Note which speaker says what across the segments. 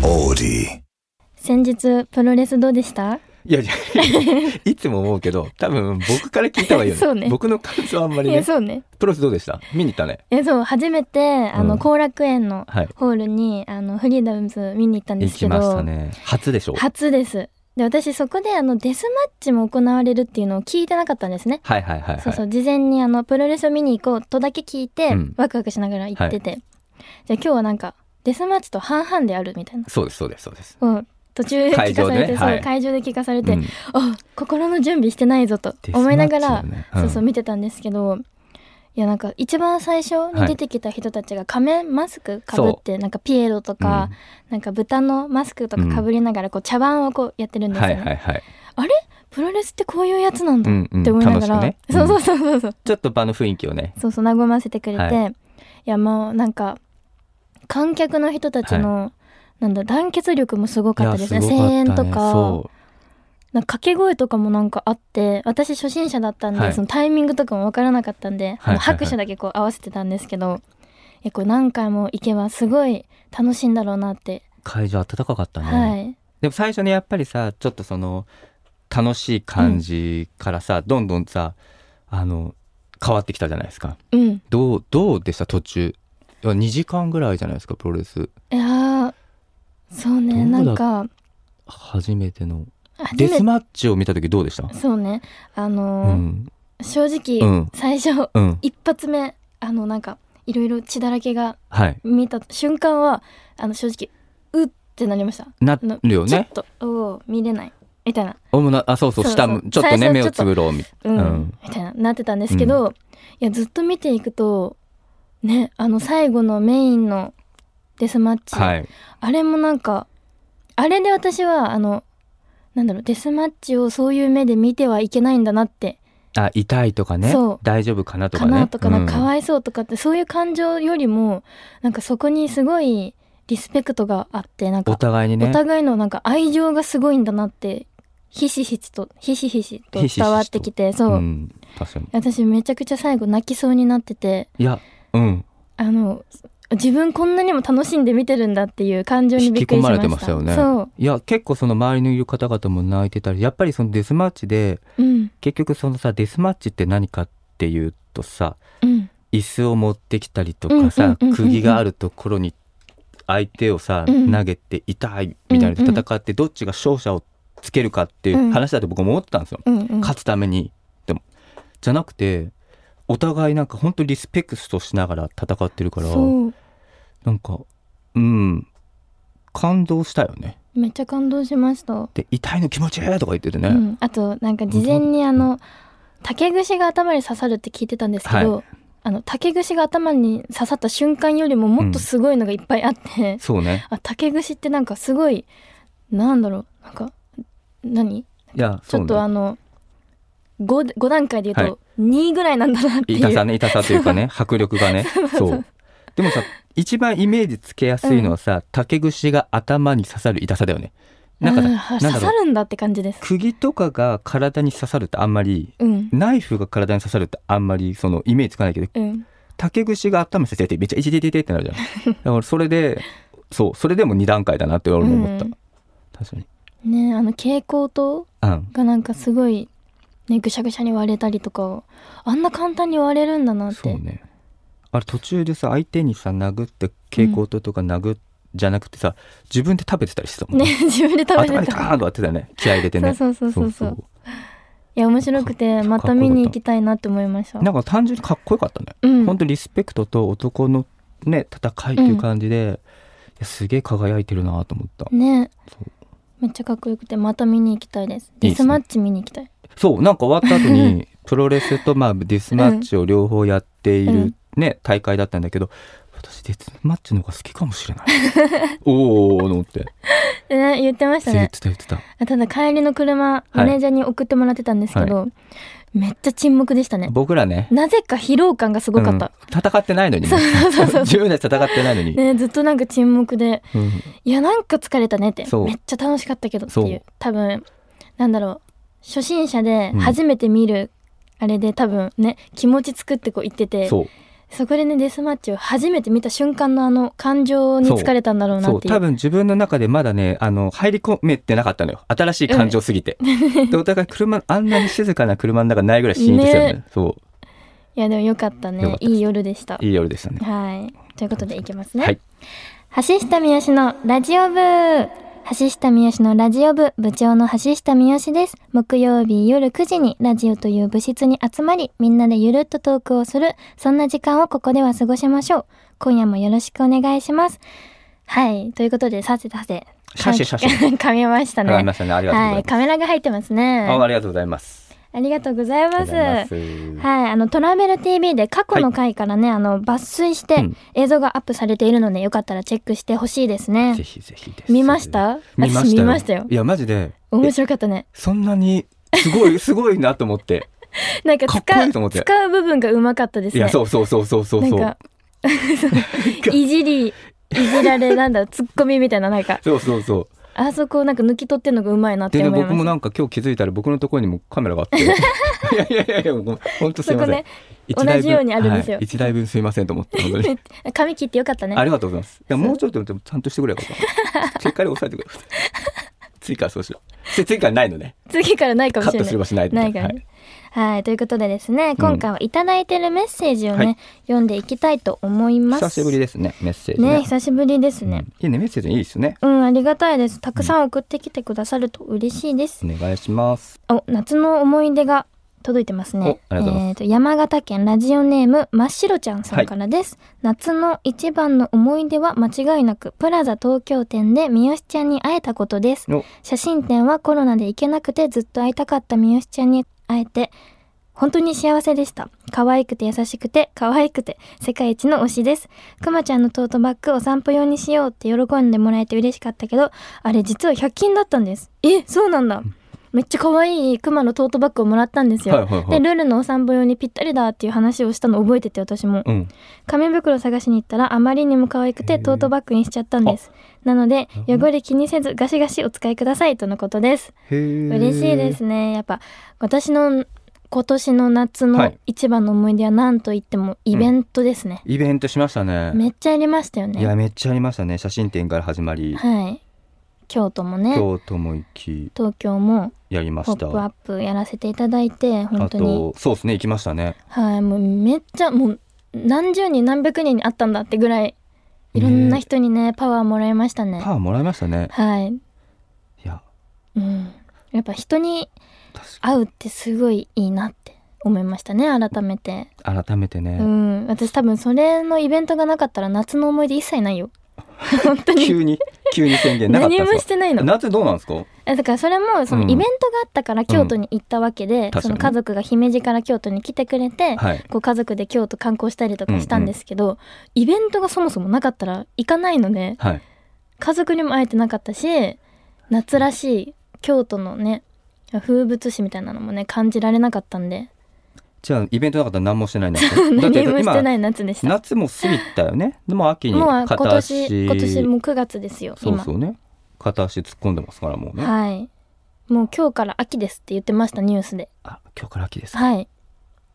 Speaker 1: City.
Speaker 2: 先日プロレスどうでした
Speaker 3: いやいやいつも思うけど多分僕から聞いた方がいい よ
Speaker 2: そう
Speaker 3: ね
Speaker 2: ね
Speaker 3: 僕の感想はあんまり
Speaker 2: いや
Speaker 3: ね
Speaker 2: そうね
Speaker 3: プロレスどうでした見に行ったね
Speaker 2: えそう初めてあ
Speaker 3: うん
Speaker 2: の後楽園の
Speaker 3: はい
Speaker 2: ホールに、あのフリーダムズ見に行ったんで
Speaker 3: 行
Speaker 2: すけ
Speaker 3: き
Speaker 2: ど
Speaker 3: ましたね初でしょ
Speaker 2: 初ですで私そこであのデスマッチも行われるっていうのを聞いてなかったんですね
Speaker 3: はいはいはいはい
Speaker 2: そうそう事前にあのプロレスを見に行こうとだけ聞いて、
Speaker 3: うん
Speaker 2: ワクワクしながら行ってて、じゃあ今日はなんかデスマッチと半々であるみたいな
Speaker 3: そうですそうですそうです、
Speaker 2: うん途中で
Speaker 3: 会
Speaker 2: 聞か
Speaker 3: 場
Speaker 2: さ
Speaker 3: でね
Speaker 2: れてそう
Speaker 3: はい
Speaker 2: 会場で聞かされて、
Speaker 3: うん
Speaker 2: あ心の準備してないぞと思いながら、
Speaker 3: デスマッチだよねうん
Speaker 2: そうそう見てたんですけどいやなんか一番最初に出てきた人たちが仮面マスクかぶってなんかピエロとか、なんか豚のマスクとかかぶりながらこう茶碗をこうやってるんですよね、
Speaker 3: はいはいはい
Speaker 2: あれプロレスってこういうやつなんだ
Speaker 3: うんうん
Speaker 2: って思いながら、
Speaker 3: 楽しくね
Speaker 2: そうそうそうそうそう
Speaker 3: ちょっと場の雰囲気をね
Speaker 2: そうそう和ませてくれて、、
Speaker 3: はい
Speaker 2: やもうなんか観客の人たちの、なんだ団結力もすごかったですね
Speaker 3: いや
Speaker 2: 声
Speaker 3: すごかった
Speaker 2: 援とか
Speaker 3: そ
Speaker 2: なんか掛け声とかもなんかあって私初心者だったんで、
Speaker 3: はい
Speaker 2: そのタイミングとかも分からなかったんで、あ
Speaker 3: はいはいはい
Speaker 2: の拍手だけこう合わせてたんですけど、いやこう何回も行けばすごい楽しいんだろうなって、
Speaker 3: う会場暖かかったね、
Speaker 2: はい
Speaker 3: でも最初ねやっぱりさちょっとその楽しい感じからさ、どんどんさあの変わってきたじゃないですか
Speaker 2: うん
Speaker 3: どうどうでした途中いや2時間ぐらいじゃないですかプロレス
Speaker 2: いやーそうね
Speaker 3: ど
Speaker 2: な
Speaker 3: うだ
Speaker 2: んか
Speaker 3: 初めての
Speaker 2: 初
Speaker 3: デ
Speaker 2: め
Speaker 3: ス
Speaker 2: て
Speaker 3: マッチを見た時どうでした
Speaker 2: そうねあ
Speaker 3: う
Speaker 2: のー
Speaker 3: ん
Speaker 2: 正直、
Speaker 3: うん
Speaker 2: 最初
Speaker 3: うん
Speaker 2: 一発目あのなんかいろいろ血だらけが
Speaker 3: はい
Speaker 2: 見た瞬間はあの正直うってなりました
Speaker 3: な
Speaker 2: あの
Speaker 3: るよ
Speaker 2: ちょっ
Speaker 3: ね
Speaker 2: とおー見れないみたいな
Speaker 3: おもなあそうそう
Speaker 2: そう
Speaker 3: 下
Speaker 2: そう
Speaker 3: むちょっとね
Speaker 2: 最初
Speaker 3: 目
Speaker 2: ちょ
Speaker 3: を
Speaker 2: っと
Speaker 3: つぶろうみ
Speaker 2: うん、
Speaker 3: うん
Speaker 2: みたいななってたんですけど、いやずっと見ていくとねあの最後のメインのデスマッチ、
Speaker 3: はい
Speaker 2: あれもなんかあれで私はあのなんだろうデスマッチをそういう目で見てはいけないんだなって
Speaker 3: あ痛いとかね
Speaker 2: そう
Speaker 3: 大丈夫かなとか
Speaker 2: か
Speaker 3: ね
Speaker 2: なとかなんかか
Speaker 3: い
Speaker 2: わいそうとかってそういう感情よりもなんかそこにすごいリスペクトがあってなんか
Speaker 3: お互いに
Speaker 2: お
Speaker 3: ね
Speaker 2: 互いのなんか愛情がすごいんだなってひしひしとひしひしと
Speaker 3: ひしひしと
Speaker 2: 伝わってきてそう、
Speaker 3: うん確かに
Speaker 2: 私めちゃくちゃ最後泣きそうになってて
Speaker 3: いやうん
Speaker 2: あの自分こんなにも楽しんで見てるんだっていう感情に
Speaker 3: 引き
Speaker 2: びっく
Speaker 3: 込
Speaker 2: りし
Speaker 3: ま
Speaker 2: ま
Speaker 3: れ
Speaker 2: した
Speaker 3: てましたよね
Speaker 2: そ
Speaker 3: いや結構その周りにいる方々も泣いてたりやっぱりそのデスマッチで
Speaker 2: ううん
Speaker 3: 結局そのさデスマッチって何かっていうとさ
Speaker 2: うん
Speaker 3: 椅子を持ってきたりとかさ、
Speaker 2: うんうんうんうんうん
Speaker 3: 釘があるところに相手をさ、
Speaker 2: うん
Speaker 3: 投げて痛いみたいな
Speaker 2: うんうん
Speaker 3: 戦ってどっちが勝者をつけるかっていう話だと僕思ってたんですよ、
Speaker 2: うんうん
Speaker 3: 勝つためにでもじゃなくてお互いなんか本当リスペクトしながら戦ってるから
Speaker 2: そう
Speaker 3: なんかうん感動したよね
Speaker 2: めっちゃ感動しました、
Speaker 3: で痛いの気持ちいいとか言っててね、
Speaker 2: うん、あとなんか事前にあの竹串が頭に刺さるって聞いてたんですけど、あの竹串が頭に刺さった瞬間よりももっとすごいのがいっぱいあって、
Speaker 3: そうね
Speaker 2: あ竹串ってなんかすごいなんだろうなんか何
Speaker 3: いや
Speaker 2: ちょっとあ
Speaker 3: の
Speaker 2: の 5, 五段階で言う
Speaker 3: は
Speaker 2: と2ぐらいなんだなっていう、
Speaker 3: 痛さね痛さというかね迫力がねそうでもさ一番イメージつけやすいのはさ、竹串が頭に刺さる痛さだよねなんか
Speaker 2: う
Speaker 3: さ
Speaker 2: ん
Speaker 3: なんだ
Speaker 2: 刺
Speaker 3: ろ
Speaker 2: さ
Speaker 3: う
Speaker 2: るんだって感じです
Speaker 3: 釘とかが体に刺さるってあんまり
Speaker 2: うん
Speaker 3: ナイフが体に刺さるってあんまりそのイメージつかないけど
Speaker 2: うん
Speaker 3: 竹串が頭に刺されてめっちゃいちてててってなるじゃ んだからそれでそうそれでも2段階だなって俺も思った、
Speaker 2: うん
Speaker 3: 確かに
Speaker 2: ねあの蛍光灯
Speaker 3: うん
Speaker 2: がなんかすごいねぐしゃぐしゃに割れたりとかをあんな簡単に割れるんだなっ
Speaker 3: そ
Speaker 2: て
Speaker 3: うねあれ途中でさ相手にさ殴って蛍光灯とか殴っじゃなくてさ自分で食べてたりしてたもん
Speaker 2: ね 自分で食べ
Speaker 3: 頭
Speaker 2: て
Speaker 3: にガ
Speaker 2: た
Speaker 3: ーンと当てたよね気合い入れてね
Speaker 2: そうそうそうそうそういや面白くて
Speaker 3: か
Speaker 2: また見に行きたいなって思いました
Speaker 3: なんか単純にかっこよかったね、
Speaker 2: うん
Speaker 3: 本当リスペクトと男のね戦いっていう感じで、いやすげえ輝いてるなと思った、
Speaker 2: ね
Speaker 3: そう
Speaker 2: めっちゃかっこよくてまた見に行きたいです
Speaker 3: い
Speaker 2: デ
Speaker 3: いっす
Speaker 2: ィス
Speaker 3: ね
Speaker 2: マッチ見に行きたい
Speaker 3: そうなんか終わった後にプロレスとまあディスマッチを両方やっているね、大会だったんだけど私ディスマッチの方が好きかもしれないおーおーと思って
Speaker 2: ね言ってました
Speaker 3: 言っ
Speaker 2: ね
Speaker 3: てた言ってた
Speaker 2: あただ帰りの車
Speaker 3: い
Speaker 2: マネージャーに送ってもらってたんですけど、めっちゃ沈黙でしたね
Speaker 3: 僕らね
Speaker 2: なぜか疲労感がすごかった、
Speaker 3: うん戦ってないのにね10年戦ってないのに、
Speaker 2: ねずっとなんか沈黙で
Speaker 3: うん
Speaker 2: いやなんか疲れたねって
Speaker 3: そう
Speaker 2: めっちゃ楽しかったけどって
Speaker 3: そ
Speaker 2: いうう多分なんだろう初心者で
Speaker 3: うん
Speaker 2: 初めて見るあれで多分ね気持ち作ってこう言ってて
Speaker 3: そう
Speaker 2: そこでねデスマッチを初めて見た瞬間のあの感情に疲れたんだろうな
Speaker 3: そ
Speaker 2: っ
Speaker 3: う
Speaker 2: ていう
Speaker 3: 多分自分の中でまだねあの入り込めてなかったのよ新しい感情すぎて、でお互い車あんなに静かな車の中ないぐらいシーンとしてたよね
Speaker 2: ね
Speaker 3: そ
Speaker 2: いやでもよかったね
Speaker 3: よかったです
Speaker 2: いい夜でした
Speaker 3: ういい夜でしたね
Speaker 2: はいということでいきますね、
Speaker 3: はい
Speaker 2: 橋下三好のラジオ部橋下三好のラジオ部部長の橋下三好です木曜日夜9時にラジオという部室に集まりみんなでゆるっとトークをするそんな時間をここでは過ごしましょう今夜もよろしくお願いしますはいということでさせさせ
Speaker 3: シャシャシャシ ャ
Speaker 2: 噛みました
Speaker 3: わかり
Speaker 2: ね
Speaker 3: ましたねありがとうござい
Speaker 2: は
Speaker 3: ま
Speaker 2: い
Speaker 3: す、
Speaker 2: カメラが入ってますね
Speaker 3: あありがとうございます
Speaker 2: ありがとうござい
Speaker 3: あ
Speaker 2: ま
Speaker 3: り
Speaker 2: す
Speaker 3: がとうございます
Speaker 2: はい、あのトラベル TV で過去の回からね、あの抜粋し
Speaker 3: う
Speaker 2: て
Speaker 3: ん
Speaker 2: 映像がアップされているのでよかったらチェックしてほしいですね
Speaker 3: ぜ。ひぜひです
Speaker 2: 見ました？
Speaker 3: 見ま
Speaker 2: 私
Speaker 3: した
Speaker 2: 見
Speaker 3: よ
Speaker 2: ましたよ
Speaker 3: い。やマジで
Speaker 2: 面白かったね。
Speaker 3: そんなにすごいすごいなと 思って
Speaker 2: なんか
Speaker 3: か
Speaker 2: 使
Speaker 3: っこいいうと思って
Speaker 2: 使う部分がうまかったです
Speaker 3: い
Speaker 2: ね。
Speaker 3: やそうそうそうそうそうそう
Speaker 2: なんかいじりいじられ なんだツッコミみたいななんか
Speaker 3: そうそうそう
Speaker 2: あそこをなんか抜き取ってんのがうまいなっ
Speaker 3: で
Speaker 2: て
Speaker 3: ね
Speaker 2: 思い
Speaker 3: 僕も
Speaker 2: ま
Speaker 3: なんか今日気づいたら僕のところにもカメ ラがあっていやいやいやいやもう本当
Speaker 2: す。
Speaker 3: す
Speaker 2: そ
Speaker 3: いま
Speaker 2: こ
Speaker 3: せん、
Speaker 2: ね同じようにあるんですよ
Speaker 3: はい、一台分すいませんと思って本 当に
Speaker 2: 髪切ってよかったね
Speaker 3: あ。りがとうございますいやもうちょっとでもちゃんとしてくれよかったしっかり押さえてくれ次からそうしようで次からないのね
Speaker 2: 次からないかも
Speaker 3: カ
Speaker 2: し
Speaker 3: ッ
Speaker 2: れ
Speaker 3: ト
Speaker 2: な
Speaker 3: す
Speaker 2: い
Speaker 3: れ。ばしないと
Speaker 2: ないから
Speaker 3: は
Speaker 2: ね
Speaker 3: い、
Speaker 2: はい、ということでですね、今回はいただいてるメッセージをね、
Speaker 3: はい
Speaker 2: 読んでいきたいと思います。
Speaker 3: 久しぶりですねメッセージ
Speaker 2: ね
Speaker 3: ね
Speaker 2: 久しぶりですね。
Speaker 3: うんいいねメッセージいいですね
Speaker 2: うん、ありがたいです。たくさん送ってきてくださると嬉しいです。
Speaker 3: お願いします
Speaker 2: お、夏の思い出が届いてますね。
Speaker 3: おありがとうございます
Speaker 2: えーと、山形県ラジオネーム、まっしろちゃんさんからです。夏の一番の思い出は間違いなく、プラザ東京店で三好ちゃんに会えたことです。
Speaker 3: お
Speaker 2: 写真展はコロナで行けなくてずっと会いたかった三好ちゃんに会えて本当に幸せでした可愛くて優しくて可愛くて世界一の推しですくまちゃんのトートバッグお散歩用にしようって喜んでもらえて嬉しかったけどあれ実は100均だったんですえそうなんだめっちゃ可愛いクマのトートバッグをもらったんですよ、
Speaker 3: はいはいはい
Speaker 2: でルルのお散歩用にぴったりだっていう話をしたの覚えてて私も、
Speaker 3: うん
Speaker 2: 紙袋探しに行ったらあまりにも可愛く
Speaker 3: へ
Speaker 2: て
Speaker 3: ー
Speaker 2: トートバッグにしちゃったんですなので
Speaker 3: るほど
Speaker 2: 汚れ気にせずガシガシお使いくださいとのことです嬉
Speaker 3: 嬉
Speaker 2: しいですねやっぱ私の今年の夏
Speaker 3: は
Speaker 2: の
Speaker 3: い
Speaker 2: 一番の思い出は何といってもイベントですね、
Speaker 3: イベントしましたね
Speaker 2: めっちゃありましたよ
Speaker 3: いや
Speaker 2: ね
Speaker 3: めっちゃありましたね写真展から始まり、
Speaker 2: はい京都もね
Speaker 3: 京都も行き
Speaker 2: 東京も
Speaker 3: やり
Speaker 2: 「
Speaker 3: ま
Speaker 2: ポ
Speaker 3: し
Speaker 2: ッ
Speaker 3: た
Speaker 2: プアップやらせていただいて本
Speaker 3: あ
Speaker 2: 当に
Speaker 3: とそうですね行きましたね
Speaker 2: はいもうめっちゃもう何十人何百人に会ったんだってぐらいいろんな人にねパワーもらいましたね
Speaker 3: パワーもらいましたね
Speaker 2: はい
Speaker 3: いや
Speaker 2: うん、やっぱ人に
Speaker 3: 確か
Speaker 2: 会うってすごいいいなって思いましたね改めて、
Speaker 3: に改めてね、
Speaker 2: うん私多分それのイベントがなかったら夏の思い出一切ないよ 本当に
Speaker 3: 急に急に宣言なかった
Speaker 2: 何
Speaker 3: ん
Speaker 2: も
Speaker 3: で
Speaker 2: し
Speaker 3: す
Speaker 2: てない
Speaker 3: か
Speaker 2: の
Speaker 3: 夏どうなんですか
Speaker 2: えだからそれもその
Speaker 3: う
Speaker 2: イ
Speaker 3: ん
Speaker 2: ベントがあったから京都に行ったわけで、
Speaker 3: うん
Speaker 2: その家族が姫路から京都に来てくれて、
Speaker 3: はい
Speaker 2: こう家族で京都観光したりとかしたんですけど、イベントがそもそもなかったら行かないので
Speaker 3: はい
Speaker 2: 家族にも会えてなかったし夏らしい京都のね風物詩みたいなのもね感じられなかったんで
Speaker 3: じゃあイベントなかったら何もしてないんですか だって
Speaker 2: 何もしてな
Speaker 3: 今
Speaker 2: い夏でしたもう
Speaker 3: 夏も過ぎたよねでも秋に
Speaker 2: 今
Speaker 3: 片
Speaker 2: 年
Speaker 3: 足
Speaker 2: 今年も9月ですよ
Speaker 3: そう
Speaker 2: 今
Speaker 3: そうね片足突っ込んでますからもうね、
Speaker 2: はいもう今日から秋ですって言ってましたニュースで
Speaker 3: あ今日から秋ですか
Speaker 2: はいって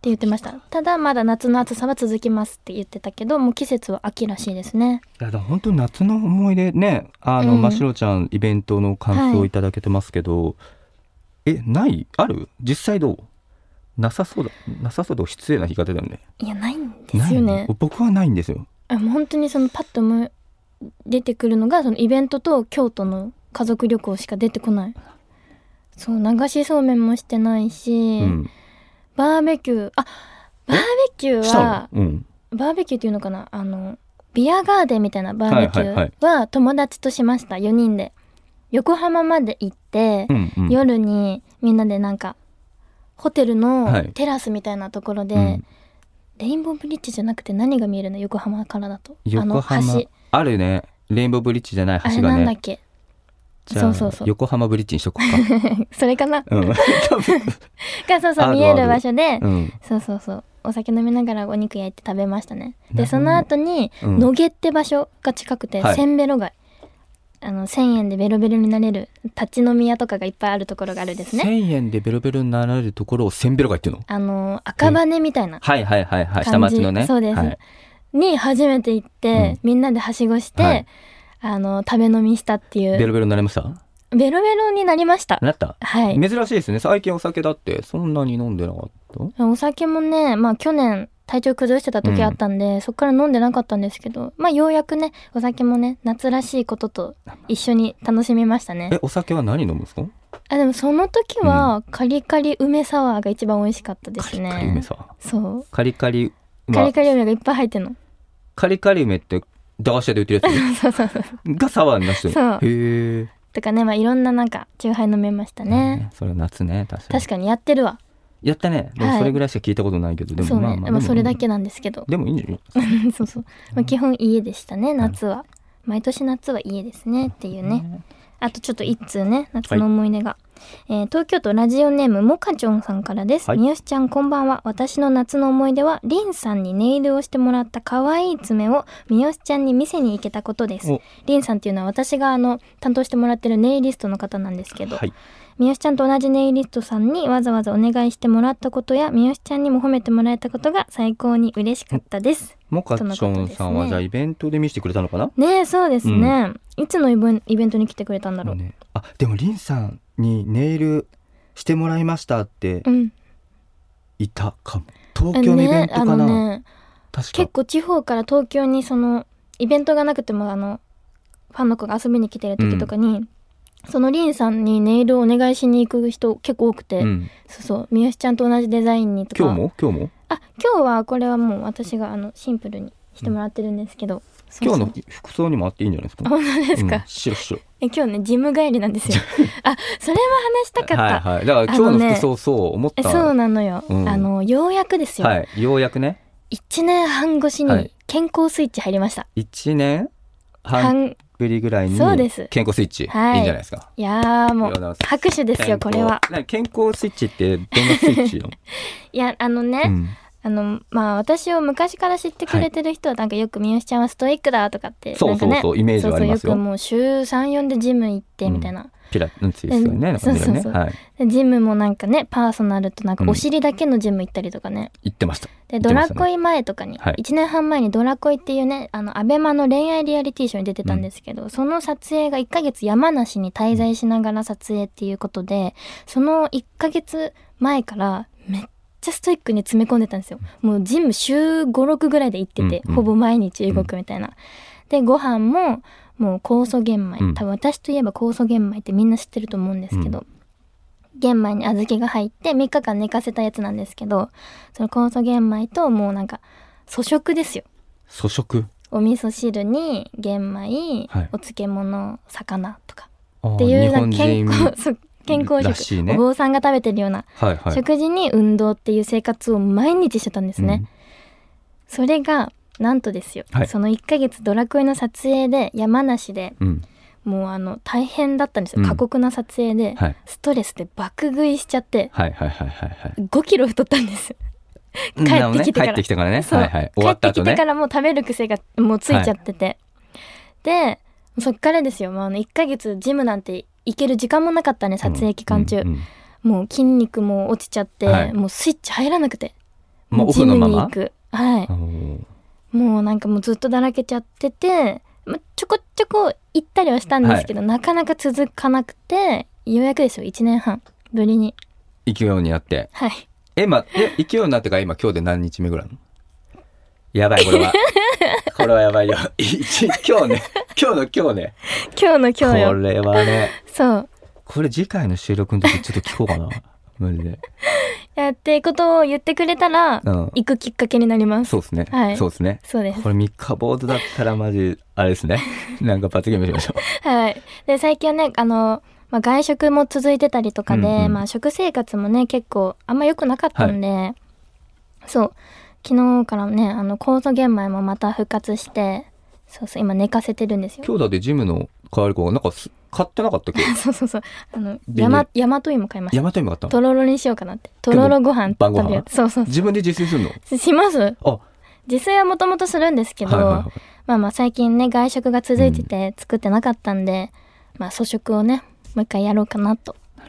Speaker 2: 言ってましたただまだ夏の暑さは続きますって言ってたけどもう季節は秋らしいですね
Speaker 3: いやだから本当に夏の思い出ねあの、
Speaker 2: うん
Speaker 3: ましろちゃんイベントの感想をいただけてますけど、えないある実際どうなさそうだなさそうだ失礼な言い方だよね
Speaker 2: いやないんですよ
Speaker 3: ない
Speaker 2: ね
Speaker 3: の僕はないんですよ
Speaker 2: あもう本当にそのパッと思い出てくるのがそのイベントと京都の家族旅行しか出てこないそう流しそうめんもしてないし、
Speaker 3: うん
Speaker 2: バーベキューあバーベキュー
Speaker 3: した
Speaker 2: は
Speaker 3: のうん
Speaker 2: バーベキューっていうのかなあのビアガーデンみたいなバーベキ
Speaker 3: はいはいは
Speaker 2: ュ
Speaker 3: い
Speaker 2: ーは友達としました4人で横浜まで行って
Speaker 3: う、んうん
Speaker 2: 夜にみんなでなんかホテル
Speaker 3: は
Speaker 2: の
Speaker 3: い
Speaker 2: テラスみたいなところで、
Speaker 3: うん
Speaker 2: レインボーブリッジじゃなくて何が見えるの横浜からだと
Speaker 3: 横
Speaker 2: あ
Speaker 3: 浜
Speaker 2: の橋
Speaker 3: あるねレインボーブリッジじゃない
Speaker 2: あれ
Speaker 3: 橋
Speaker 2: な
Speaker 3: が
Speaker 2: んだっ
Speaker 3: ね
Speaker 2: け
Speaker 3: じゃあ
Speaker 2: そうそうそう
Speaker 3: 横浜ブリッジにしとこう
Speaker 2: それかな
Speaker 3: か、うん、多分
Speaker 2: がそうそ
Speaker 3: あ
Speaker 2: う
Speaker 3: る
Speaker 2: 見える場所で、
Speaker 3: うん
Speaker 2: そうそうそうお酒飲みながらお肉焼いて食べましたね
Speaker 3: なるほど
Speaker 2: でその後に
Speaker 3: うん
Speaker 2: 野毛って場所が近くて、
Speaker 3: はい
Speaker 2: せんべろ街あの1000円でベロベロになれる立ち飲み屋とかがいっぱいあるところがあるんですね。
Speaker 3: 1000円でベロベロになられるところを1000ベロが言ってるの
Speaker 2: あの赤羽みたいな
Speaker 3: はいはいはいはい。下
Speaker 2: 感じ、
Speaker 3: 町のね。
Speaker 2: そうです、
Speaker 3: はい
Speaker 2: に初めて行って、みんなではしごして、
Speaker 3: はい
Speaker 2: あの食べ飲みしたっていう
Speaker 3: ベロベロになりました
Speaker 2: ベロベロになりました。
Speaker 3: なった
Speaker 2: はい。
Speaker 3: 珍しいですね。最近お酒だってそんなに飲んでなかった
Speaker 2: お酒もね、まあ去年体調崩してた時あったんで、そっから飲んでなかったんですけど、まあようやくね、お酒もね、夏らしいことと一緒に楽しみましたね
Speaker 3: え。、お酒は何飲むんですか
Speaker 2: あ、でもその時は、カリカリ梅サワーが一番美味しかったですね。
Speaker 3: カリカリ梅さ。
Speaker 2: そう。
Speaker 3: カリカリ、ま
Speaker 2: カ
Speaker 3: あ
Speaker 2: リ、カリ梅がいっぱい入ってんの。
Speaker 3: カリカリ梅って駄菓子屋で売ってるや
Speaker 2: そうそうそう。
Speaker 3: つがサワーになってる
Speaker 2: そう
Speaker 3: へえ。
Speaker 2: とかね、まあいろんななんか、チューハイ飲めましたね。。
Speaker 3: それは夏ね、確かに
Speaker 2: 確。かにやってるわ。
Speaker 3: やったね。でも
Speaker 2: はい
Speaker 3: それぐらいしか聞いたことないけど、で
Speaker 2: そ
Speaker 3: も
Speaker 2: う
Speaker 3: まあ
Speaker 2: ね。
Speaker 3: まあ。
Speaker 2: まあ
Speaker 3: でも
Speaker 2: それだ。けなんですけど。
Speaker 3: でもいいんじゃない
Speaker 2: そうそう。まあ、基本家でしたね、夏は。毎年夏は家ですねっていうね。あとちょっと一通ね、夏の思い出が。えー東京都ラジオネームモカチョンさんからです。
Speaker 3: はい
Speaker 2: みよしちゃんこんばんは。私の夏の思い出は、リンさんにネイルをしてもらった可愛い爪をみよしちゃんに見せに行けたことです
Speaker 3: お。
Speaker 2: リンさんっていうのは私があの、担当してもらってるネイリストの方なんですけど、
Speaker 3: はい。
Speaker 2: みよしちゃんと同じネイリストさんにわざわざお願いしてもらったことや、みよしちゃんにも褒めてもらえたことが最高に嬉しかったです。
Speaker 3: モカチョンさんはじゃあイベントで見せてくれたのかな
Speaker 2: ねえそうですね、いつのイベイベントに来てくれたんだろう、
Speaker 3: ねあでもリンさんにネイルしてもらいましたって
Speaker 2: うん
Speaker 3: いたかも東京のイベントかな、
Speaker 2: ねあのね
Speaker 3: 確か
Speaker 2: 結構地方から東京にそのイベントがなくてもあのファンの子が遊びに来てる時とかに、そのリンさんにネイルをお願いしに行く人結構多くて、
Speaker 3: うん、
Speaker 2: そうそう三好ちゃんと同じデザインにとか
Speaker 3: 今日も今日も
Speaker 2: あ今日はこれはもう私があのシンプルにしてもらってるんですけど、そう
Speaker 3: 今
Speaker 2: そう
Speaker 3: 日の服装にもあっていいんじゃないですか
Speaker 2: あ本当ですか、
Speaker 3: うん白白
Speaker 2: え今日ねジム帰りなん ですよあそれは話したかった、
Speaker 3: はいはいだから今日の服装そう思っ
Speaker 2: え
Speaker 3: た
Speaker 2: そうなのよ、
Speaker 3: うん
Speaker 2: あのようやくですよ、
Speaker 3: はいようやくね
Speaker 2: 1年半越し
Speaker 3: はい
Speaker 2: に健康スイッチ入りました、
Speaker 3: 一年半
Speaker 2: 半
Speaker 3: ぶりぐらいに
Speaker 2: そうです
Speaker 3: 健康スイッチ、、
Speaker 2: はいい
Speaker 3: いんじゃないですか
Speaker 2: いやーもう
Speaker 3: いやだから
Speaker 2: 拍手ですよこれは
Speaker 3: 健康な健康スイッチってどんなスイッ チよ、
Speaker 2: いやあのね、
Speaker 3: うん、
Speaker 2: あのまあ私を昔から知ってくれてる人はなんかよく三好ちゃんはストイックだとかって
Speaker 3: そうそう
Speaker 2: なんか
Speaker 3: そうイメージはあります
Speaker 2: そ
Speaker 3: よ
Speaker 2: うそうよくもう週34でジム行ってみたいな、
Speaker 3: ピラなんていうんですよねなんかね
Speaker 2: そうそうそう
Speaker 3: はい
Speaker 2: でジムもなんかねパーソナルとなんかお尻だけのジム行ったりとかね、
Speaker 3: 言ってました
Speaker 2: でドラコイ前とかに、
Speaker 3: はい
Speaker 2: 1年半前に「ドラコイ」っていうねあのアベマの恋愛リアリティショーに出てたんですけど、その撮影が1ヶ月山梨に滞在しながら撮影っていうことでその1ヶ月前からめっちゃストイックに詰め込んでたんですよもうジム週56ぐらいで行ってて、
Speaker 3: うんうん
Speaker 2: ほぼ毎日動くみたいな。でご飯ももう酵素玄米、
Speaker 3: うん
Speaker 2: 多分私といえば酵素玄米ってみんな知ってると思うんですけど、玄米に小豆が入って3日間寝かせたやつなんですけどその酵素玄米ともうなんか粗食ですよ
Speaker 3: 粗食
Speaker 2: お味噌汁に玄米、
Speaker 3: はい
Speaker 2: お漬物魚とか
Speaker 3: っ
Speaker 2: っていうなんか
Speaker 3: 日
Speaker 2: 健
Speaker 3: 本人
Speaker 2: 康そう健康
Speaker 3: らしい
Speaker 2: 食、
Speaker 3: ね
Speaker 2: お坊さんが食べてるような
Speaker 3: はいはい
Speaker 2: 食事に運動っていう生活を毎日してたんですね、それがなんとですよ、
Speaker 3: はい
Speaker 2: その1ヶ月ドラクエの撮影で山梨で
Speaker 3: うん、うん
Speaker 2: もうあの大変だったんですよ、
Speaker 3: うん
Speaker 2: 過酷な撮影で、
Speaker 3: はい
Speaker 2: ストレスで爆食いしちゃって
Speaker 3: はいはいはいはいはい
Speaker 2: 5キロ太ったんです
Speaker 3: うん
Speaker 2: 帰ってきてから
Speaker 3: なおね帰ってきてからね
Speaker 2: そう
Speaker 3: はいはい終わった後
Speaker 2: 帰ってきてか
Speaker 3: ね
Speaker 2: らもう食べる癖がもうついちゃってて、でそっからですよ、まあ、あの1ヶ月ジムなんて行ける時間もなかったね撮影期間中、
Speaker 3: うんうんうん
Speaker 2: もう筋肉も落ちちゃって、
Speaker 3: はい
Speaker 2: もうスイッチ入らなくて
Speaker 3: もうオ
Speaker 2: ジ
Speaker 3: フ
Speaker 2: ム
Speaker 3: の
Speaker 2: に
Speaker 3: ま
Speaker 2: 行
Speaker 3: ま
Speaker 2: くはい
Speaker 3: あの
Speaker 2: もうなんかもうずっとだらけちゃってて、まあ、ちょこちょこ行ったりはしたんですけど、なかなか続かなくてようやくですよ1年半ぶりに
Speaker 3: ー勢いになって
Speaker 2: はい
Speaker 3: えまえ勢いになってから今今日で何日目ぐらいなのやばい これはこれはやばいよ一今日ね今日の今日ね
Speaker 2: 今日の今日
Speaker 3: こ
Speaker 2: よ
Speaker 3: れはね
Speaker 2: そう
Speaker 3: これ次回の収録の時ちょっと聞こうかなマジで
Speaker 2: やってことを言ってくれたら、
Speaker 3: うん
Speaker 2: 行くきっかけになります
Speaker 3: そうですね、
Speaker 2: はい
Speaker 3: そうですね
Speaker 2: そうです
Speaker 3: これ三日坊主だったらマジあれですねなんか罰ゲームしましょ
Speaker 2: はい。で、最近はね、あの、まあ、外食も続いてたりとかで、
Speaker 3: うんうん
Speaker 2: まあ、食生活もね、結構、あんま良くなかったんで、そう。昨日からね、あの、酵素玄米もまた復活して、そうそう、今寝かせてるんです
Speaker 3: う
Speaker 2: よ。
Speaker 3: 今日だってジムの代わり子がなんかす買ってなかったっけ
Speaker 2: そうそうそう。あの、
Speaker 3: で
Speaker 2: やま
Speaker 3: ね、
Speaker 2: 大和芋買いまし
Speaker 3: 大
Speaker 2: た。
Speaker 3: 和芋買った
Speaker 2: と
Speaker 3: の
Speaker 2: ろろにしようかなって。とろろご飯
Speaker 3: 晩ご飯
Speaker 2: 食べようそうそう
Speaker 3: 自分で自炊するの
Speaker 2: します
Speaker 3: あ
Speaker 2: 自炊はもともとするんですけど、
Speaker 3: はいはいはい
Speaker 2: まあまあ最近ね外食が続いてて作ってなかったんで、まあ粗食をねもう一回やろうかなとっ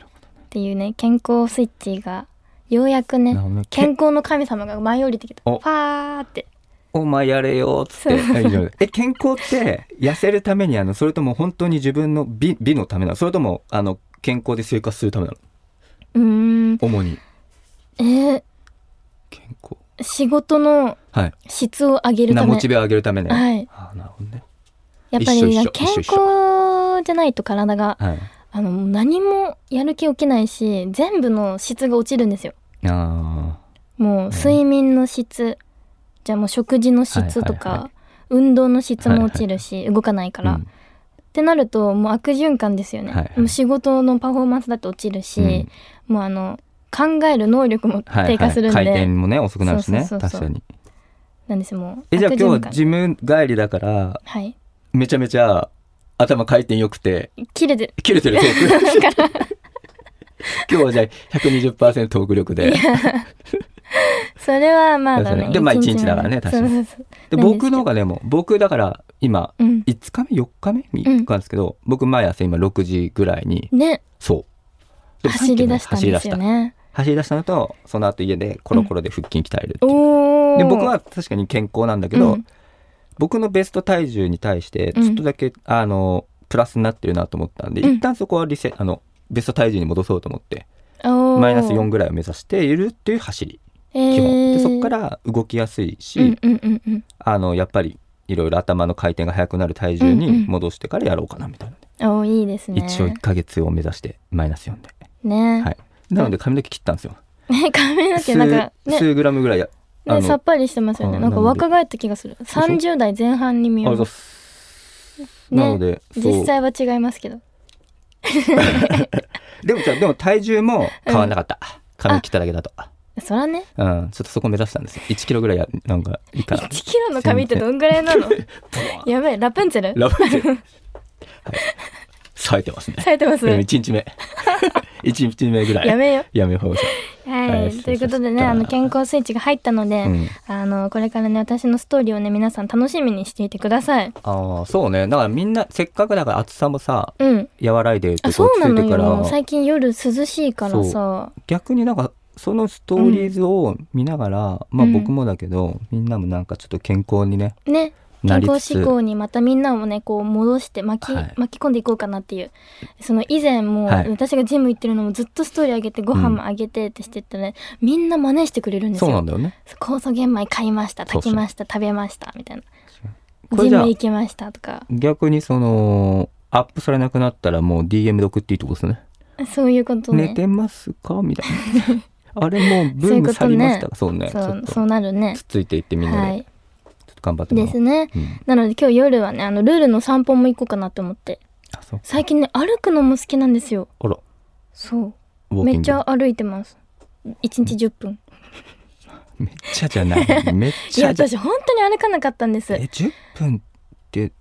Speaker 2: ていうね健康スイッチがようやくね
Speaker 3: なるほどね
Speaker 2: 健康の神様が舞い降りてきたフ
Speaker 3: お
Speaker 2: ァーって
Speaker 3: お前やれよっつって
Speaker 2: そう
Speaker 3: はい以上ですえ健康って痩せるためにあのそれとも本当に自分の美美のためなのそれともあの健康で生活するためなの
Speaker 2: うーん
Speaker 3: 主に
Speaker 2: えー
Speaker 3: 健康
Speaker 2: 仕事の
Speaker 3: はい
Speaker 2: 質を上げる
Speaker 3: な
Speaker 2: ため
Speaker 3: モチベを上げるためね、
Speaker 2: はい
Speaker 3: あなるほどね
Speaker 2: やっぱ
Speaker 3: 一緒
Speaker 2: り
Speaker 3: 一緒
Speaker 2: 健
Speaker 3: 一緒一
Speaker 2: 康じゃないと体が
Speaker 3: はい
Speaker 2: あの何もやる気起きないし全部の質が落ちるんですよ
Speaker 3: あ
Speaker 2: もう睡眠の質じゃあもう食事の質とか、
Speaker 3: はいはいは
Speaker 2: 運動の質も落ちるし、動かない
Speaker 3: あ
Speaker 2: から、ってなるともう悪循環ですよね、
Speaker 3: はいはい
Speaker 2: もう仕事のパフォーマンスだって落ちるし、
Speaker 3: うん
Speaker 2: もうあの考える能力も
Speaker 3: はいはい
Speaker 2: 低下するんで、
Speaker 3: 回転もね遅くなるしね
Speaker 2: そうそうそうそう
Speaker 3: 確かに
Speaker 2: なんですよもう
Speaker 3: えじゃあ
Speaker 2: 悪
Speaker 3: 今
Speaker 2: 循
Speaker 3: 日
Speaker 2: 環
Speaker 3: 自分帰りだから
Speaker 2: はい
Speaker 3: めちゃめちゃ頭回転良くて
Speaker 2: 切れて
Speaker 3: 切れてるトー ク今日はじゃあ120%トーク力で
Speaker 2: それはまあだね
Speaker 3: でまあ一日だからね確かに
Speaker 2: そうそうそう
Speaker 3: で
Speaker 2: なんですけど
Speaker 3: 僕の方がでも僕だから今
Speaker 2: うん
Speaker 3: 5日目4日目3日なんですけど、僕毎朝今6時ぐらいに
Speaker 2: ね
Speaker 3: そうでもさっ
Speaker 2: 走
Speaker 3: き
Speaker 2: り
Speaker 3: も
Speaker 2: 出したんですよね
Speaker 3: 走り出したのとその後家でコロコロで腹筋鍛えるっていう、
Speaker 2: おお
Speaker 3: で僕は確かに健康なんだけど、
Speaker 2: うん
Speaker 3: 僕のベスト体重に対してちょっとだけ、あのプラスになってるなと思ったんで、
Speaker 2: うん
Speaker 3: 一旦そこはリセあのベスト体重に戻そうと思って
Speaker 2: おー
Speaker 3: マイナス4ぐらいを目指しているっていう走り基本、
Speaker 2: えー
Speaker 3: でそこから動きやすいし、
Speaker 2: うんうんうんうん
Speaker 3: あのやっぱりいろいろ頭の回転が速くなる体重
Speaker 2: うんう
Speaker 3: に
Speaker 2: ん
Speaker 3: 戻してからやろうかなみたいな、
Speaker 2: おーいいですね
Speaker 3: 一応1ヶ月を目指してマイナス4で、
Speaker 2: ね
Speaker 3: はいなので髪の毛切ったんですよ
Speaker 2: ね 髪の毛
Speaker 3: 数
Speaker 2: なんかね
Speaker 3: 数グラムぐらいやあの
Speaker 2: ね、さっぱりしてますよね。
Speaker 3: うん
Speaker 2: なんか
Speaker 3: なので
Speaker 2: 若返った気がする。
Speaker 3: しょ
Speaker 2: 30代前半に見
Speaker 3: あ
Speaker 2: え
Speaker 3: りがとうござい
Speaker 2: ま。
Speaker 3: ますすなのでそう
Speaker 2: 実際は違いますけど。
Speaker 3: でもじゃあでも体重も変わんなかった、髪切っただけだと
Speaker 2: そらね、
Speaker 3: うん、ちょっとそこ目指したんですよ。1キロぐらいや、なんかいいか
Speaker 2: 1キロの髪ってどんぐらいな のやべえ、ラプンツェル
Speaker 3: な。ラブって。はい。冴えてますね。
Speaker 2: されてます。
Speaker 3: でも
Speaker 2: や
Speaker 3: 1日目。1日目ぐらい。
Speaker 2: めよ。
Speaker 3: やめよう。
Speaker 2: は。
Speaker 3: はいい
Speaker 2: ということで
Speaker 3: そうそう
Speaker 2: ね、あの、健康スイッチが入ったので、
Speaker 3: うん
Speaker 2: あの、これからね、私のストーリーをね、皆さん楽しみにしていてください。
Speaker 3: ああ、そうね。だからみんな、せっかくだから暑さもさ、
Speaker 2: うん。
Speaker 3: 和らいでる
Speaker 2: あ、
Speaker 3: と
Speaker 2: そうな
Speaker 3: つい
Speaker 2: の
Speaker 3: てか
Speaker 2: よ。
Speaker 3: ら、
Speaker 2: 最近夜涼しいからさ。
Speaker 3: 逆になんか、そのストーリーズを見ながら、ま
Speaker 2: う
Speaker 3: あ
Speaker 2: ん
Speaker 3: 僕もだけど、みんなもなんかちょっと健康にね、
Speaker 2: ね。
Speaker 3: な
Speaker 2: 健
Speaker 3: り
Speaker 2: 康
Speaker 3: つつ
Speaker 2: 志向にまたみんなをねこう戻して巻き,、
Speaker 3: はい
Speaker 2: 巻き込んでいこうかなっていうその以前もう
Speaker 3: はい
Speaker 2: 私がジム行ってるのもずっとストーリー上げてご飯もあげてってしてってね、みんな真似してくれるんです
Speaker 3: そうなん
Speaker 2: よ
Speaker 3: だよね。
Speaker 2: 酵素玄米買いました
Speaker 3: そう
Speaker 2: 炊
Speaker 3: そう
Speaker 2: きました食べましたみたいな
Speaker 3: こ
Speaker 2: ジ
Speaker 3: れじゃ
Speaker 2: ム
Speaker 3: あ
Speaker 2: 行きましたとか
Speaker 3: 逆にその、アップされなくなったらもう DM で送っていいってことですね。
Speaker 2: そういうこと
Speaker 3: 寝
Speaker 2: ね
Speaker 3: てますかみたい なあれもうブーム去りましたかそうねち
Speaker 2: そ
Speaker 3: ょっ
Speaker 2: う
Speaker 3: と
Speaker 2: そうなるね
Speaker 3: つっついていってみんな
Speaker 2: は
Speaker 3: で
Speaker 2: い
Speaker 3: ちょっと頑張ってもら
Speaker 2: で
Speaker 3: おう、
Speaker 2: すね
Speaker 3: うん
Speaker 2: なので今日夜はねあのルールの散歩も行こうかなって思って
Speaker 3: あそう
Speaker 2: 最近ね歩くのも好きなんですよ
Speaker 3: あら
Speaker 2: そう
Speaker 3: ウォーキ
Speaker 2: め
Speaker 3: ング
Speaker 2: っちゃ歩いてます1日10分
Speaker 3: めっちゃじ ゃないめっ
Speaker 2: い
Speaker 3: ち
Speaker 2: や
Speaker 3: ゃじゃ
Speaker 2: 私本当に歩かなかったんです
Speaker 3: え。10分って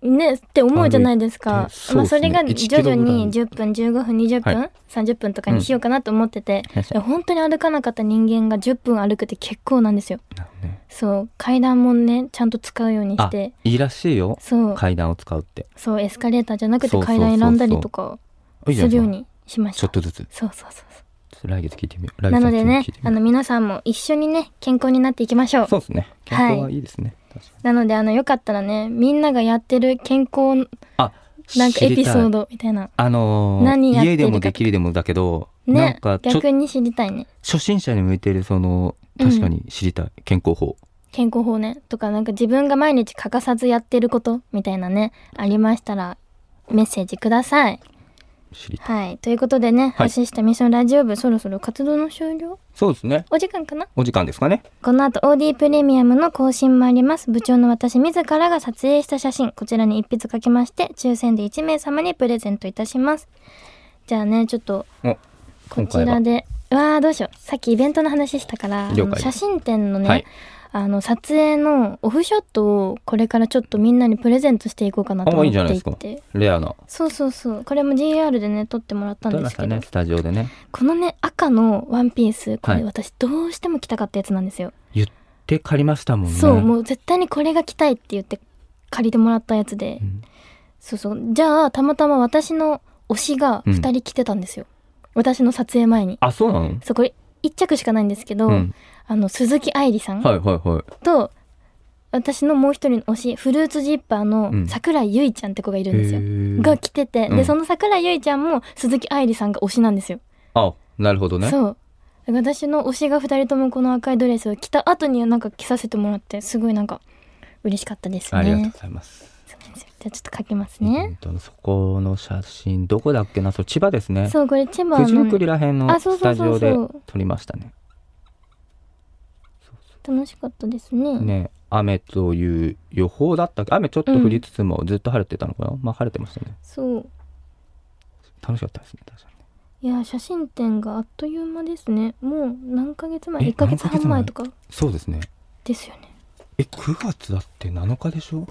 Speaker 2: ねって思うじゃないです
Speaker 3: 歩い
Speaker 2: か
Speaker 3: て。そう
Speaker 2: ま
Speaker 3: っ
Speaker 2: あ
Speaker 3: す
Speaker 2: そ
Speaker 3: ね
Speaker 2: れが
Speaker 3: 1
Speaker 2: 徐々に
Speaker 3: キ
Speaker 2: 10分15分20分、
Speaker 3: は
Speaker 2: 30分とかにしようかなと思ってて、
Speaker 3: うん
Speaker 2: で本当に歩かなかった人間が10分歩くって結構なんですよ。
Speaker 3: なのね
Speaker 2: そう階段もねちゃんと使うようにし
Speaker 3: あ
Speaker 2: て、
Speaker 3: いいらしいよ
Speaker 2: そう
Speaker 3: 階段を使うって
Speaker 2: そうエスカレーターじゃなくて
Speaker 3: そうそうそう
Speaker 2: 階
Speaker 3: そう
Speaker 2: 段選んだりとか
Speaker 3: あいいじゃ
Speaker 2: す
Speaker 3: ない
Speaker 2: る
Speaker 3: で
Speaker 2: ようにし
Speaker 3: すか
Speaker 2: まし
Speaker 3: ちょ
Speaker 2: た
Speaker 3: っ。とずつちょ
Speaker 2: そうそうそうそ
Speaker 3: っと来月聞いてみよう来
Speaker 2: う。な
Speaker 3: 月
Speaker 2: のでね
Speaker 3: 聞いてみ
Speaker 2: あ
Speaker 3: よう
Speaker 2: の皆さんも一緒にね健康になっていきましょう。
Speaker 3: そうですね健康はいいですね、確か
Speaker 2: なのであのよかったらねみんながやってる健康なん
Speaker 3: に
Speaker 2: かエピソー
Speaker 3: 知りたい
Speaker 2: ドみたいな。
Speaker 3: あのー
Speaker 2: 何やってる
Speaker 3: 家
Speaker 2: か
Speaker 3: でもできるでもだけど、な
Speaker 2: ね
Speaker 3: んか、ちょ
Speaker 2: 逆に知りたいね。
Speaker 3: 初心者に向いてるその
Speaker 2: うん
Speaker 3: 確かに知りたい、健康法
Speaker 2: 健康法ね。とか、なんか自分が毎日欠かさずやってることみたいなね、ありましたら、メッセージください。
Speaker 3: 知りたい
Speaker 2: はい。ということでね、
Speaker 3: はい
Speaker 2: 発信したミッションラジオ部、そろそろ活動の終了
Speaker 3: そうですね
Speaker 2: お時間かな
Speaker 3: お時間ですかね。
Speaker 2: この後 OD プレミアムの更新もあります。部長の私自らが撮影した写真、こちらに一筆書きまして、抽選で1名様にプレゼントいたします。じゃあね、ちょっと、
Speaker 3: お
Speaker 2: こちらで、うわあどうしよう。さっきイベントの話したから、あ
Speaker 3: 了解
Speaker 2: の写真展のね、
Speaker 3: はい
Speaker 2: あの撮影のオフショットをこれからちょっとみんなにプレゼントしていこうかなと
Speaker 3: あ
Speaker 2: 思
Speaker 3: いい
Speaker 2: っ
Speaker 3: んじゃな
Speaker 2: て
Speaker 3: い
Speaker 2: い
Speaker 3: ですか
Speaker 2: て。
Speaker 3: レアな。
Speaker 2: そうそうそう。これも GR でね、撮ってもらったん
Speaker 3: 撮り
Speaker 2: で
Speaker 3: ますし
Speaker 2: け
Speaker 3: た
Speaker 2: ど、
Speaker 3: ねスタジオでね。
Speaker 2: このね、赤のワンピース、こ
Speaker 3: は
Speaker 2: れ
Speaker 3: い
Speaker 2: 私どうしても着たかったやつなんですよ。
Speaker 3: 言って借りましたもんね。
Speaker 2: そう、もう絶対にこれが着たいって言って借りてもらったやつで、
Speaker 3: うん
Speaker 2: そうそうじゃあたまたま私の推しが2人来てたんですよ、私の撮影前に
Speaker 3: あそうなの
Speaker 2: そうこれ1着しかないんですけど、
Speaker 3: うん
Speaker 2: あの鈴木愛理さん
Speaker 3: はいはいはい
Speaker 2: と、私のもう一人の推しフルーツジッパー
Speaker 3: うん
Speaker 2: の桜井結衣ちゃんって子がいるんですよ、
Speaker 3: へー
Speaker 2: が来てて、
Speaker 3: うん
Speaker 2: でその桜井結衣ちゃんも鈴木愛理さんが推しなんですよ、
Speaker 3: あなるほどね
Speaker 2: そうだから私の推しが2人ともこの赤いドレスを着た後になんか着させてもらってすごいなんか嬉しかったですね
Speaker 3: ありがとうございます
Speaker 2: そうなんですよじゃあちょっと書きます
Speaker 3: 本
Speaker 2: ね、
Speaker 3: 当のそこの写真どこだっけなそれ千葉ですね
Speaker 2: そうこれ千葉
Speaker 3: 九十九
Speaker 2: の
Speaker 3: 里らへんの
Speaker 2: あそう
Speaker 3: ス
Speaker 2: そ
Speaker 3: タ
Speaker 2: う
Speaker 3: ジ
Speaker 2: そ
Speaker 3: オ
Speaker 2: うそう
Speaker 3: で撮りましたね
Speaker 2: 楽しかったですね
Speaker 3: ね雨という予報だったっけ雨ちょっと降りつつもずっと晴れてたのかな、まあ晴れてましたね
Speaker 2: そう
Speaker 3: 楽しかったですね確かに
Speaker 2: いや写真展があっという間ですねもう何ヶ月前
Speaker 3: え
Speaker 2: 1ヶ月
Speaker 3: 何ヶ
Speaker 2: 半
Speaker 3: 月前
Speaker 2: 前とか
Speaker 3: そうですね
Speaker 2: ですよね
Speaker 3: え9月だって7日でしょ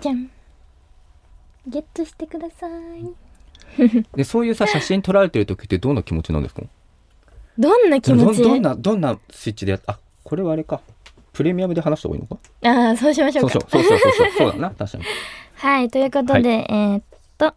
Speaker 2: じゃんゲットしてください
Speaker 3: でそういうさ写真撮られてる時ってどんな気持ちなんですか
Speaker 2: どんな気持ち
Speaker 3: どんなどんなスイッチでやっあこれはあれかプレミアムで話した方がいいのか
Speaker 2: ああそうしましょ
Speaker 3: そうう
Speaker 2: か
Speaker 3: そうそうそうそうそうそうだな確かに
Speaker 2: はい、ということで、えーっと、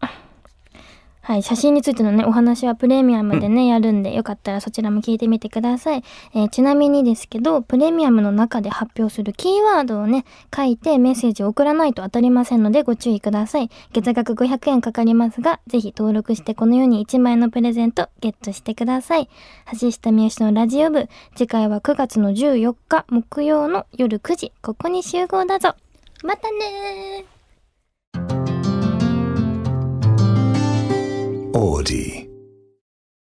Speaker 2: はい、写真についてのね、お話はプレミアムでね、やるんで、よかったらそちらも聞いてみてください。えーちなみにですけど、プレミアムの中で発表するキーワードをね、書いてメッセージを送らないと当たりませんので、ご注意ください。月額500円かかりますが、ぜひ登録してこのように1枚のプレゼント、ゲットしてください。橋下美由のラジオ部、次回は9月の14日、木曜の夜9時、ここに集合だぞ。またねー
Speaker 1: Audi.